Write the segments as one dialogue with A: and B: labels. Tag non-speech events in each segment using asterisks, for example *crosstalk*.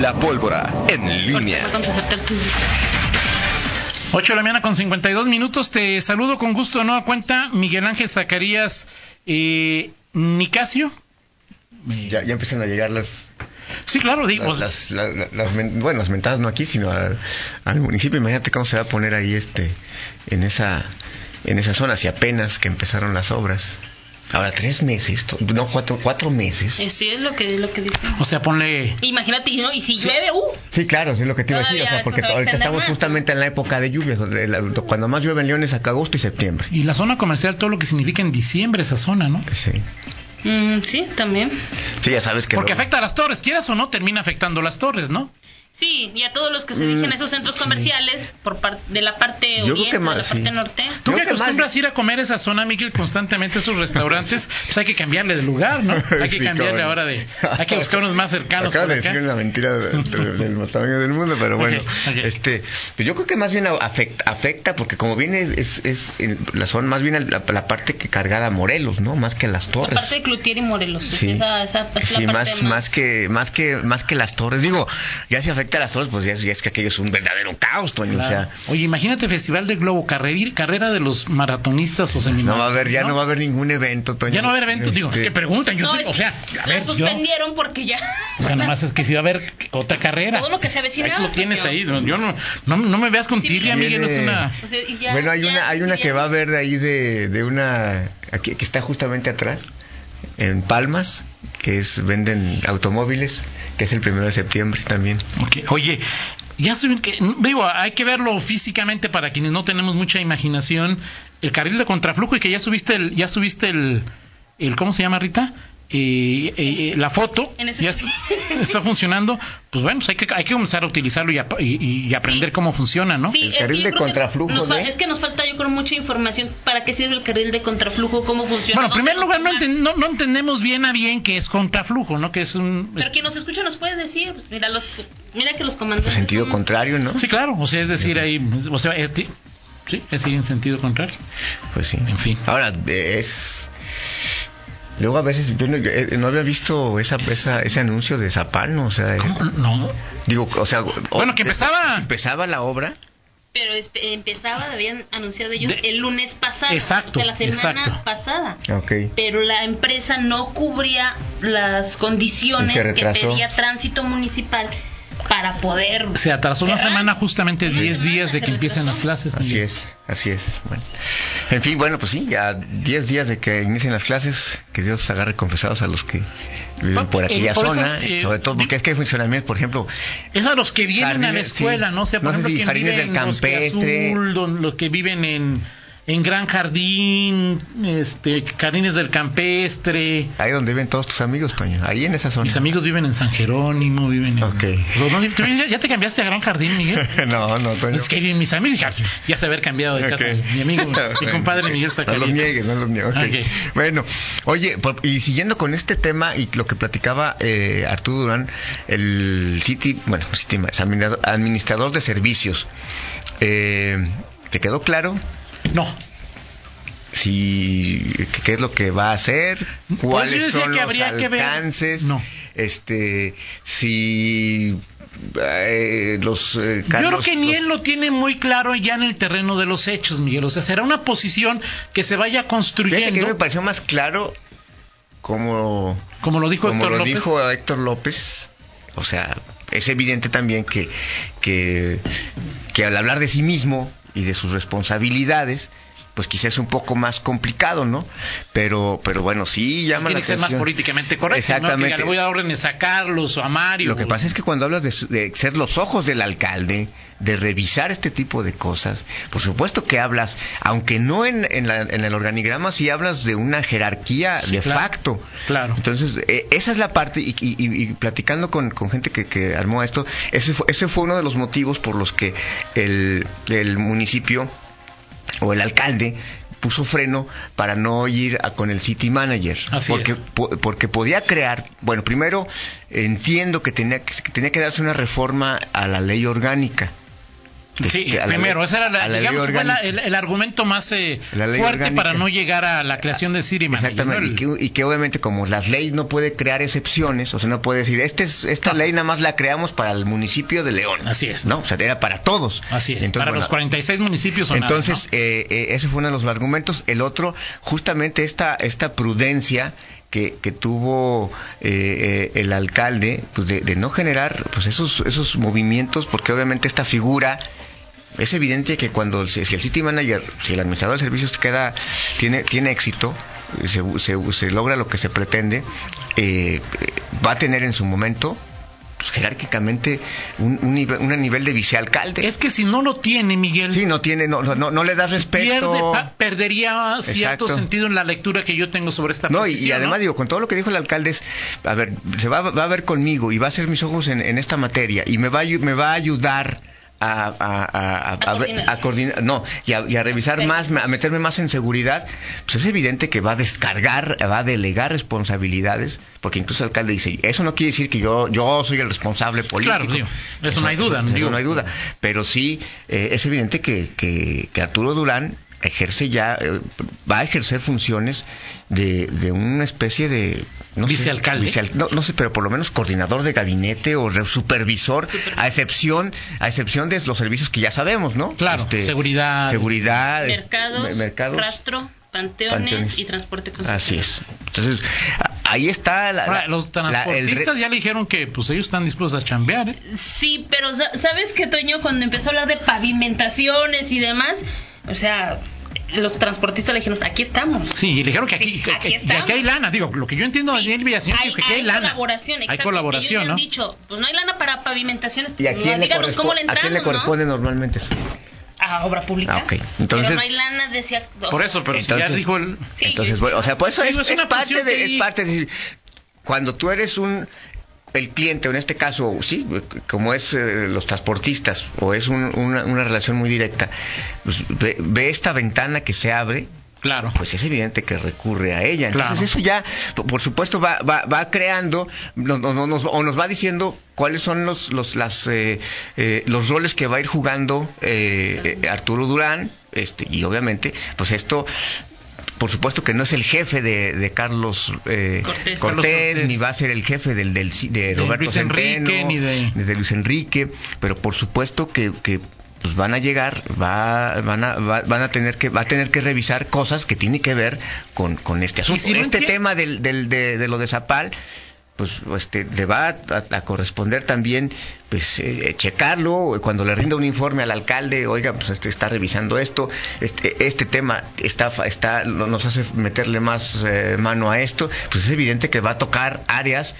A: La pólvora en línea.
B: 8 de la mañana con 52 minutos. Te saludo con gusto de nueva cuenta, Miguel Ángel Zacarías eh, Nicasio. Eh,
C: Ya, ya empiezan a llegar las,
B: sí, claro, digo.
C: las, las- la- la- las men- bueno, las mentadas no aquí, sino al, al municipio. Imagínate cómo se va a poner ahí este en esa en esa zona, si apenas que empezaron las obras. Ahora tres meses, to- no cuatro, cuatro meses.
D: Eh, Sí, es lo que, es lo que dicen.
B: o sea, ponle.
D: Imagínate, ¿no? Y si llueve, uh,
C: Sí, claro, sí es lo que te iba a decir, o
D: Todavía
C: sea,
D: esto
C: porque
D: se va a
C: ahorita
D: extender
C: estamos
D: más.
C: justamente en la época de lluvias, donde la- cuando más llueve en León es acá agosto y septiembre.
B: Y la zona comercial, todo lo que significa en diciembre esa zona, ¿no?
C: Sí,
D: mm, sí, también.
C: sí ya sabes que
B: Porque
C: luego-
B: afecta a las torres, quieras o no, termina afectando las torres, ¿no?
D: Sí, y a todos los que se dirigen a esos centros comerciales por par- de la parte
C: Mm, Yo creo
D: oriente,
C: que más,
D: de la
C: sí.
D: parte norte.
B: Tú
C: Creo
B: que
C: que más-
B: acostumbras ir a comer esa zona, Miguel, constantemente a esos restaurantes, pues hay que cambiarle de lugar,
C: *laughs*
B: ¿no? Hay que
C: Sí,
B: cambiarle
C: cabrón.
B: ahora de... Hay que buscar unos más cercanos.
C: Acaba
B: por
C: de
B: acá.
C: decir una mentira de- de- del más tamaño del mundo, pero bueno.
B: *laughs* Ok, ok.
C: este pues Yo creo que más bien afecta, afecta porque como viene, es, es, en la zona, más bien la, la parte que cargada a Morelos, ¿no? Más que a las
D: La
C: torres.
D: parte de Cloutier y Morelos. es
C: Sí,
D: Esa, esa es
C: Sí,
D: la parte
C: más, más, que, más, que, más que las torres. Digo, ya si afecta a las torres, pues ya es, ya es que aquello es un verdadero caos, Toño. O sea,
B: Oye, imagínate Festival del Globo, carrera, carrera de los maratonistas o seminarios.
C: no va a haber, ya no, va a haber ningún evento, Toño.
B: Ya no va a haber eventos, digo, es
C: Este,
B: que preguntan, yo
D: No,
B: sí,
D: es
B: o
D: que
B: sea, a
D: la
B: ver, yo,
D: suspendieron porque ya
B: o sea, nada más es que si va a haber otra carrera.
D: todo lo que se
B: Ahí
D: avecina. pues,
B: lo tienes ahí, no, yo no, no, no me veas con
D: Sí,
B: tirria,
C: viene-
B: Miguel, es una...
C: bueno, hay una, hay una que va a haber ahí de, de una aquí, que está justamente atrás, en Palmas, que es venden automóviles, que es el primero de septiembre también.
B: Ok, Oye, ya estoy bien que, digo, hay que verlo físicamente para quienes no tenemos mucha imaginación. El carril de contraflujo y que ya subiste el, ya subiste el, el ¿cómo se llama Rita? Eh, eh, eh, la foto
D: En eso
B: ya
D: estoy.
B: se- *laughs* está funcionando, pues bueno, pues hay que, hay que comenzar a utilizarlo y, ap- y- y aprender cómo funciona, ¿no?
D: Sí,
C: El
D: es que
C: carril
D: yo
C: de
D: creo que
C: contraflujo,
D: nos fa-
C: ¿no?
D: Es que nos falta, yo creo, mucha información. ¿Para qué sirve el carril de contraflujo? ¿Cómo funciona?
B: Bueno, en
D: ¿Dónde
B: primer
D: lo
B: lugar, no,
D: tomas?
B: enten- no- no entendemos bien a bien qué es contraflujo, ¿no? Que es un...
D: Pero quien nos escucha nos puede decir. Pues mira, los, mira que los comandantes.
C: Sentido
D: son-
C: contrario, ¿no?
B: Sí, claro, o sea, es decir, ahí... O sea, es ti- sí, es ir en sentido contrario.
C: Pues sí.
B: En fin.
C: Ahora, eh, es... Luego a veces, yo no, yo, eh, no había visto esa, esa- ese anuncio de Zapán, o sea, eh,
B: ¿Cómo? No,
C: digo, o sea... o-
B: Bueno, que empezaba.
C: Empezaba la obra.
D: Pero es- empezaba, habían anunciado ellos
B: De-
D: el lunes pasado. O
B: Exacto,
D: sea, la semana
B: exacto.
D: pasada.
C: Ok.
D: Pero la empresa no cubría las
C: Y se
D: condiciones que
C: retrasó.
D: pedía tránsito municipal para poder.
B: Se atrasó una
D: cerrar.
B: semana justamente 10
D: semana
B: días de
D: se
B: que empiecen las
D: retrasó.
B: clases.
C: Así
B: Miguel.
C: es, así es. Bueno. En fin, bueno, pues sí, ya 10 días de que inicien las clases, que Dios agarre confesados a los que viven
B: Pa-
C: por
B: eh,
C: aquella
B: por eso,
C: zona,
B: eh,
C: sobre todo porque es que hay funcionamientos, por ejemplo,
B: Es a los que vienen a la
C: Jardines,
B: escuela,
C: sí.
B: ¿no? O sea, por
C: No sé
B: ejemplo,
C: si
B: quien
C: Jardines
B: vive
C: del
B: en Bosque
C: Campestre.
B: Azul, don- los que viven en, en Gran Jardín, este, Jardines del Campestre.
C: ahí donde viven todos tus amigos, Toño, ahí en esa zona.
B: Mis amigos viven en San Jerónimo, viven en...
C: Ok.
B: Los dos- ¿tú ya- ¿Ya te cambiaste a Gran Jardín,
C: *laughs*
B: Miguel?
C: no, no, Toño.
B: Es que viven mis amigos, ya, ya se haber cambiado de
C: Ok.
B: casa. Mi
C: *laughs*
B: amigo, mi
C: Bueno,
B: compadre
C: ok.
B: Miguel
C: No los
B: Zacarías.
C: niegues, no los niegues. ok.
B: Ok.
C: Bueno, oye, por- y siguiendo con este tema y lo que platicaba eh, Arturo Durán, el City, bueno, City, es administrador, administrador de servicios, eh, ¿te quedó claro?
B: No,
C: si qué- qué es lo que va a hacer,
B: Pues
C: cuáles
B: yo decía
C: son
B: que
C: los
B: habría que ver.
C: alcances,
B: No.
C: este, si eh, los eh,
B: Yo
C: Carlos-
B: creo que ni
C: los-
B: él lo tiene muy claro ya en el terreno de los hechos, Miguel. O sea, será una posición que se vaya
C: Fíjate que
B: construyendo,
C: me pareció más claro como
B: como lo dijo
C: como
B: Héctor
C: lo
B: López.
C: dijo Héctor López, o sea, es evidente también que, que, que al hablar de sí mismo y de sus responsabilidades, pues quizás es un poco más complicado, ¿no? Pero, pero bueno, sí llama
B: tiene
C: la
B: que ser más
C: atención.
B: políticamente correcto. ¿no? Que diga,
C: Exactamente.
B: le voy a dar órdenes a Carlos o a Mario.
C: Lo que pasa es que cuando hablas de, su- de ser los ojos del alcalde, de revisar este tipo de cosas, por supuesto que hablas, aunque no en, en la- en el organigrama, sí hablas de una jerarquía
B: Sí,
C: de
B: claro,
C: facto.
B: claro.
C: Entonces, eh, esa es la parte, y, y- y- y platicando con, con gente que, que armó esto, ese fue, ese fue uno de los motivos por los que el, el municipio o el alcalde puso freno para no ir a- con el city manager
B: Así
C: porque
B: es.
C: po- porque podía crear bueno primero entiendo que tenía que que tenía que darse una reforma a la ley orgánica
B: Sí,
C: este, a la
B: primero,
C: ley-
B: ese era la-
C: a la ley
B: digamos, fue la-
C: orgánica.
B: el, el argumento más eh,
C: La ley
B: fuerte
C: orgánica.
B: para no llegar a la creación de City Manager, ¿no?
C: Exactamente, y
B: El-
C: que, y que obviamente como las leyes no puede crear excepciones, o sea, no puede decir, este es, esta ley nada más la creamos para el municipio de León.
B: Así es.
C: No, o sea, era para todos.
B: Así es,
C: Entonces,
B: para
C: bueno,
B: los 46 municipios sonados,
C: Entonces, eh, eh, ese fue uno de los argumentos. El otro, justamente esta, esta prudencia que, que tuvo eh, eh, el alcalde pues de, de no generar pues esos, esos movimientos, porque obviamente esta figura... Es evidente que cuando el- si el city manager, si el administrador de servicios queda tiene tiene éxito, se, se- se logra lo que se pretende, eh, eh, va a tener en su momento pues, jerárquicamente un, un nivel, un nivel de
B: ¿no?
C: vicealcalde.
B: Es que si no lo tiene, Miguel,
C: Sí, no tiene, no, no, no, no le das respeto.
B: pierde, pa- perdería cierto
C: Exacto.
B: sentido en la lectura que yo tengo sobre esta
C: No, y,
B: posición.
C: y además
B: ¿no?
C: digo, con todo lo que dijo el alcalde es, a ver, se va, va a ver conmigo y va a ser mis ojos en, en esta materia y me va, a ayu- me va a ayudar a, a- a- a-
D: A
C: a ver-
D: coordinar.
C: a coordinar, no, y a, y a revisar más, a meterme más en seguridad, pues es evidente que va a descargar, va a delegar responsabilidades, porque incluso el alcalde dice, eso no quiere decir que yo, yo soy el responsable político.
B: Claro, digo, eso no hay duda,
C: eso
B: digo.
C: no hay duda. Pero sí, eh, es evidente que, que- que Arturo Durán ejerce ya, eh, va a ejercer funciones de, de una especie de... No sé,
B: Vicealcalde.
C: viceal- no, no sé, pero por lo menos coordinador de gabinete o re- supervisor, a excepción a excepción de los servicios que ya sabemos, ¿no? Este,
B: Claro, seguridad.
C: Seguridad. es-
D: mercados,
C: me- mercados.
D: rastro, panteones,
C: Panteones.
D: y transporte
C: Así
D: concesionado.
C: es. Entonces, a- ahí está la...
B: Ahora,
C: la-
B: los
C: la- el re-
B: transportistas ya le dijeron que pues ellos están dispuestos a chambear. ¿eh?
D: Sí, pero sa- ¿sabes qué, Toño? Cuando empezó a hablar de pavimentaciones y demás, o sea, los transportistas le dijeron, aquí estamos.
B: Sí, y le dijeron que aquí,
D: Sí,
B: que-
D: aquí
B: que-
D: estamos.
B: que aquí hay lana. Digo, lo que yo entiendo de Daniel Villaseñor
D: hay,
B: es que aquí hay,
D: hay
B: lana.
D: colaboración,
B: hay
D: exacto,
B: colaboración,
D: ellos
B: ¿no?
D: han dicho, pues no hay lana para pavimentaciones.
C: ¿Y a
D: pues,
C: quién, le,
D: díganos cómo le
C: correspo- a quién le
D: entramos, ¿no?
C: corresponde normalmente eso?
D: A obra pública.
C: Ah, ok. Entonces-
D: pero no hay lana, decía. o
B: Por
D: sea,
B: eso, pero si ya
C: Entonces-
B: dijo el...
D: sí,
C: Entonces,
D: yo-
C: bueno, o sea, por eso es,
B: Digo, es
C: es
B: una
C: parte
B: presión
C: de,
B: que hay.
C: es parte de- cuando tú eres un el cliente, o en este caso, sí, como es eh, los transportistas, o es un- una, una relación muy directa, pues, ve, ve esta ventana que se abre,
B: Claro.
C: pues es evidente que recurre a ella. Entonces
B: Claro.
C: eso ya, p- por supuesto, va, va, va creando no- no- no- nos- o nos va diciendo cuáles son los, los, las, eh, eh, los roles que va a ir jugando eh, eh, Arturo Durán. Este, y obviamente, pues esto... Por supuesto que no es el jefe de, de Carlos eh,
D: Cortés.
C: Cortés,
B: Carlos Cortés.
C: ni va a ser el jefe del, del ci- de
B: De
C: Roberto
B: Luis Enrique,
C: Centeno,
B: ni de-
C: desde Luis Enrique, pero por supuesto que, que, pues van a llegar, va, van a, va- van a tener que, va a tener que revisar cosas que tienen que ver con, con este asunto.
B: si no
C: este
B: entiende-
C: tema del, del- de, de lo de Zapal, pues este, le va a, a corresponder también, pues eh, checarlo cuando le rinda un informe al alcalde, oiga, pues este está revisando esto, este, este tema está, fa- está, lo- nos hace meterle más eh, mano a esto, pues es evidente que va a tocar áreas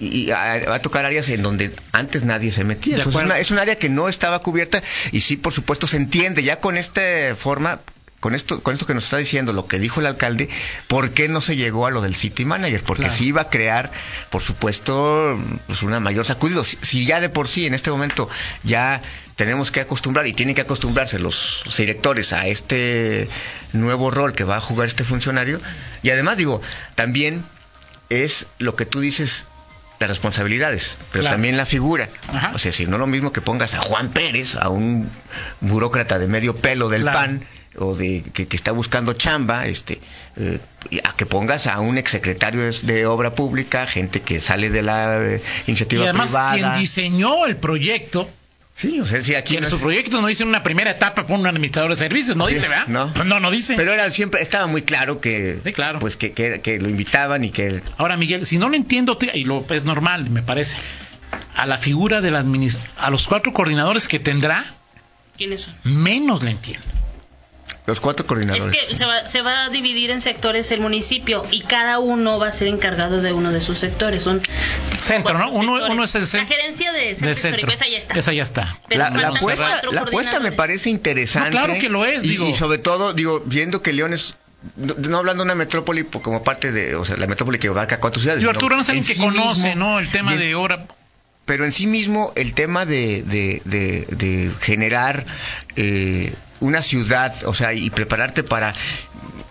C: y y a- va a tocar áreas en donde antes nadie se metía.
B: De
C: Entonces, es,
B: acuerdo.
C: una- es un área que no estaba cubierta y sí, por supuesto, se entiende ya con esta forma. Con esto, con esto que nos está diciendo, lo que dijo el alcalde, ¿por qué no se llegó a lo del City Manager? Porque
B: Claro.
C: sí iba a crear, por supuesto, pues una mayor sacudida. Si, si ya de por sí en este momento ya tenemos que acostumbrar y tienen que acostumbrarse los, los directores a este nuevo rol que va a jugar este funcionario. Y además, digo, también es lo que tú dices las responsabilidades, pero
B: Claro.
C: también la figura.
B: Ajá.
C: O sea, si no es lo mismo que pongas a Juan Pérez, a un burócrata de medio pelo del
B: Claro.
C: PAN o de que, que está buscando chamba, este, eh, y a que pongas a un exsecretario de, de obra pública, gente que sale de la eh,
B: Y
C: iniciativa
B: además,
C: privada.
B: quien diseñó el proyecto,
C: Sí, o sea, sí, aquí
B: que en
C: no
B: su
C: es-
B: proyecto no dice en una primera etapa por un administrador de servicios, no
C: Sí,
B: dice, ¿verdad?
C: no.
B: Pues no, no dice.
C: Pero era siempre estaba muy claro que
B: Sí, claro.
C: pues que, que, que lo invitaban y que
B: Ahora, Miguel, si no lo entiendo, te- y lo es normal, me parece, a la figura del administrador, a los cuatro coordinadores que tendrá,
D: ¿Quiénes son?
B: menos le entiendo.
C: los cuatro
D: Es
C: coordinadores.
D: que se va, se va a dividir en sectores el municipio y cada uno va a ser encargado de uno de sus sectores. Son
B: Centro, ¿no?
D: cuatro
B: Uno,
D: sectores.
B: uno es el
D: La
B: centro.
D: gerencia de centro,
B: del
D: histórico,
B: centro.
D: esa ya está.
B: Esa ya está.
D: Pero
C: la, la
D: faltan
C: apuesta,
D: cuatro
C: la apuesta me
D: coordinadores.
C: parece interesante.
B: No, claro que lo es,
C: Y-
B: digo.
C: Y, sobre todo, digo, viendo que León es. No, no hablando de una metrópoli po- como parte de. O sea, la metrópoli que abarca cuatro ciudades.
B: Yo,
C: sino
B: Arturo no es
C: Pues en
B: alguien que
C: sí
B: conoce,
C: mismo.
B: ¿no? El tema
C: Y en-
B: de obra
C: pero en sí mismo el tema de, de, de- de generar eh, una ciudad, o sea, y prepararte para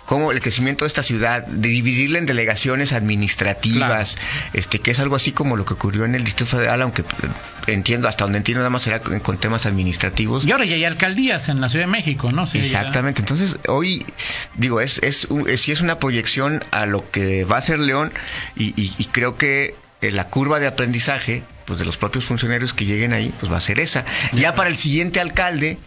C: cómo el crecimiento de esta ciudad, de dividirla en delegaciones administrativas, este que es algo así como lo que ocurrió en el Distrito Federal, aunque eh, entiendo, hasta donde entiendo nada más será con, con temas administrativos.
B: Y ahora ya hay alcaldías en la Ciudad de México, ¿no? Sí, ya-
C: Exactamente. Entonces, hoy, digo, es, es, un- es- sí es una proyección a lo que va a ser León y, y- y creo que eh, la curva de aprendizaje pues de los propios funcionarios que lleguen ahí, pues va a ser esa. Ya para el siguiente alcalde,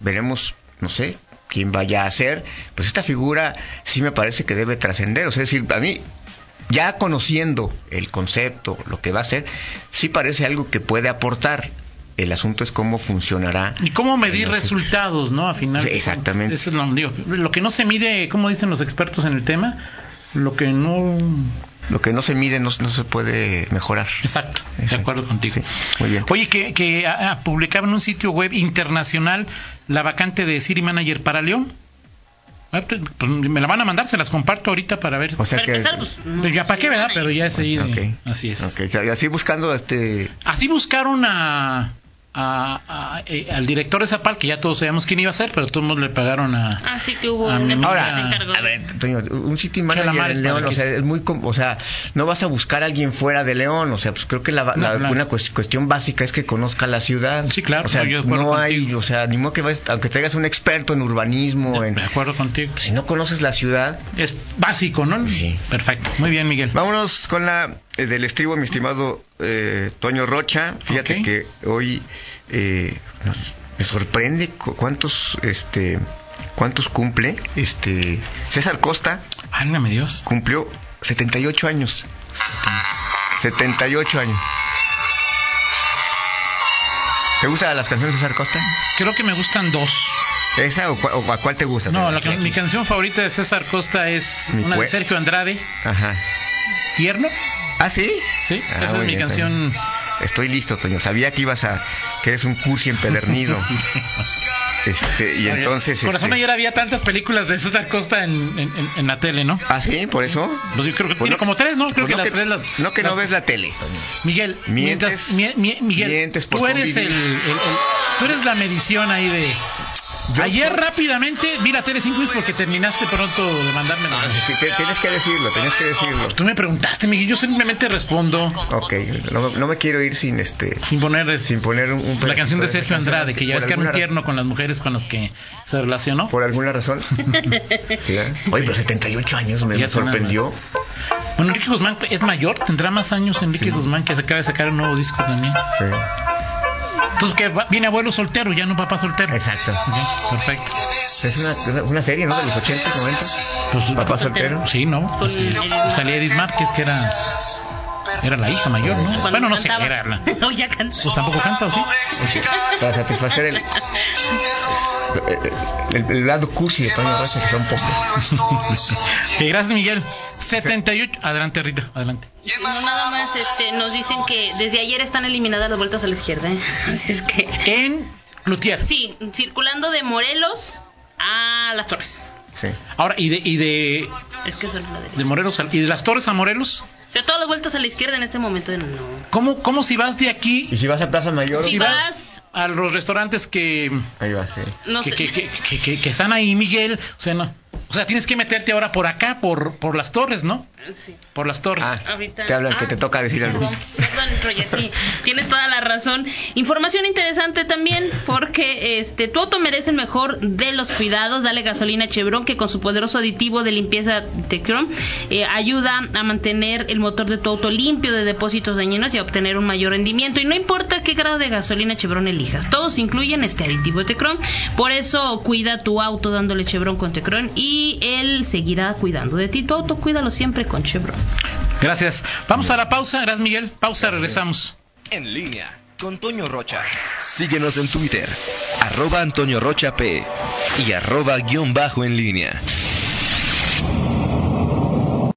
C: veremos, no sé, quién vaya a ser, pues esta figura sí me parece que debe trascender. O sea, es decir, a mí, ya conociendo el concepto, lo que va a ser, sí parece algo que puede aportar. El asunto es cómo funcionará.
B: Y cómo medir
C: en los hechos.
B: resultados, ¿no? A final.
C: Sí,
B: de cuentas.
C: exactamente.
B: Eso es lo, digo, lo que no se mide, como dicen los expertos en el tema, lo que no.
C: Lo que no se mide no, no se puede mejorar.
B: Exacto, de
C: Exacto.
B: acuerdo contigo.
C: Sí, muy bien.
B: Oye, que, que ah, ah, publicaba en un sitio web internacional la vacante de City Manager para León. Ah, Pues pues, me la van a mandar, se las comparto ahorita para ver.
C: O sea
D: Para
C: que.
D: empezar, pues, no,
B: Pero ya para qué, ¿verdad?
D: no,
B: Pero ya es ahí. de-
C: Ok.
B: Así es.
C: Ok, o sea, así buscando este.
B: Así buscaron a, a- a- eh, al director de Zapal, que ya todos sabíamos quién iba a ser, pero todos le pagaron a...
D: Así que hubo
B: A mi
D: una
B: mamá.
D: persona que Ah, se
B: Ahora,
D: encargó.
C: A ver, Toño, un city manager
B: Calamares,
C: en León,
B: padre,
C: o sea,
B: que-
C: es muy. com- O sea, no vas a buscar a alguien fuera de León, o sea, pues creo que la, la-
B: no.
C: una cues- cuestión básica es que conozca la ciudad.
B: Sí, claro,
C: O sea,
B: no, yo de
C: no,
B: acuerdo
C: hay,
B: contigo.
C: o sea, ni modo que vayas, aunque traigas un experto en urbanismo, en, pues,
B: De acuerdo contigo. pues,
C: si no conoces la ciudad.
B: Es básico, ¿no?
C: Sí.
B: Perfecto. Muy bien, Miguel.
C: Vámonos con la eh, del estribo, mi estimado eh, Toño Rocha. Fíjate
B: Ok.
C: que hoy eh, nos- me sorprende cu- cuántos este cuántos cumple este César Costa
B: Válgame Dios.
C: cumplió 78 años. 78 años. ¿Te gustan las canciones de César Costa?
B: Creo que me gustan dos.
C: ¿Esa o, cua- o a cuál te gusta?
B: No, la can- mi canción favorita de César Costa es
C: Mi
B: una de
C: cue-
B: Sergio Andrade,
C: Ajá.
B: Tierno.
C: ¿Ah, sí?
B: Sí,
C: Ah,
B: esa es
C: muy
B: mi
C: bien,
B: canción.
C: Estoy listo, Toño. Sabía que ibas a... que eres un cursi
B: *laughs*
C: empedernido. Este, y entonces.
B: Por razón
C: este,
B: ayer había tantas películas de César Costa en, en- en- en la tele, ¿no?
C: ¿Ah, sí? ¿Por eso?
B: Pues yo creo que tiene
C: Pues no-
B: como tres, ¿no? *laughs* Creo
C: pues
B: que
C: no
B: las tres las...
C: No que no
B: las-
C: ves la tele.
B: Miguel,
C: Mientes,
B: mientras, mi- mi- Miguel,
C: mientes por
B: tú eres el,
C: convivir.
B: el- el- tú eres la medición ahí de. Ayer rápidamente vi la tele 5 porque terminaste pronto de mandarme la
C: Sí, te- tienes que decirlo, tienes que decirlo.
B: Tú me preguntaste, Miguel, yo simplemente respondo
C: Ok, no, no me quiero ir sin este.
B: sin poner es-
C: Sin poner un. un
B: la canción de
C: pedacito
B: Sergio
C: canción,
B: Andrade, que ya
C: por
B: ves que era
C: alguna
B: un
C: ra-
B: tierno con las mujeres con las que se relacionó.
C: Por
B: *laughs*
C: alguna razón. Sí, ¿eh? Oye, pero 78 años me,
B: Ya
C: me
B: te nada
C: sorprendió.
B: Bueno, Enrique Guzmán es mayor, tendrá más años Enrique Guzmán que acaba de sacar un nuevo disco también.
C: Sí.
B: Entonces que va- viene abuelo soltero, ya no papá soltero.
C: Exacto.
B: Ok, perfecto.
C: Es una, una- una serie, ¿no? De los 80, 90.
B: Pues,
C: Papá soltero.
B: Sí, ¿no? Pues, eh, salía Edith Márquez, que era, era la hija mayor, ¿no?
D: Cuando
B: Bueno, no sé,
D: cantaba.
B: era la...
D: *laughs* O ya cantó.
B: Pues tampoco canta, ¿o sí?
C: Para satisfacer el. El, el lado cursi de Toño Rocha, que son pocos.
B: Que gracias, Miguel. 78... Adelante, Rita, adelante.
D: No, nada más este, nos dicen que desde ayer están eliminadas las vueltas a la izquierda. ¿eh? *laughs* Así es que.
B: En Lutier.
D: Sí, circulando de Morelos a Las Torres.
C: Sí.
B: Ahora, y de, y de,
D: Es que son la de.
B: de Morelos... al- y de las Torres a Morelos.
D: O sea, todas las vueltas a la izquierda en este momento no.
B: ¿Cómo, cómo si vas de
C: Y
B: aquí
C: si vas a Plaza Mayor,
D: Si
B: Sí.
D: vas,
B: a los restaurantes que...
C: ahí vas. sí.
D: no
B: que,
D: sé.
B: que- que- que- que- que están ahí, Miguel? O sea, no... O sea, tienes que meterte ahora por acá, por, por las torres, ¿no?
D: *laughs* Sí.
B: Por las torres.
C: Ah.
D: Ahorita-
C: Te hablan
D: Ah,
C: que te toca decir algo.
D: Perdón, perdón, Roger, sí, tienes toda la razón. Información interesante también, porque este, tu auto merece el mejor de los cuidados. Dale gasolina a Chevron, que con su poderoso aditivo de limpieza Tecron eh, ayuda a mantener el motor de tu auto limpio de depósitos dañinos y a obtener un mayor rendimiento. Y no importa qué grado de gasolina Chevron elijas, todos incluyen este aditivo Tecron. Por eso cuida tu auto dándole Chevron con Tecron y él seguirá cuidando de ti. Tu auto cuídalo siempre con Chevron.
B: Gracias. Vamos a la pausa. Gracias, Miguel. Pausa, regresamos.
A: En línea con Toño Rocha. Síguenos en Twitter, arroba Antonio Rocha P y arroba guión bajo en línea.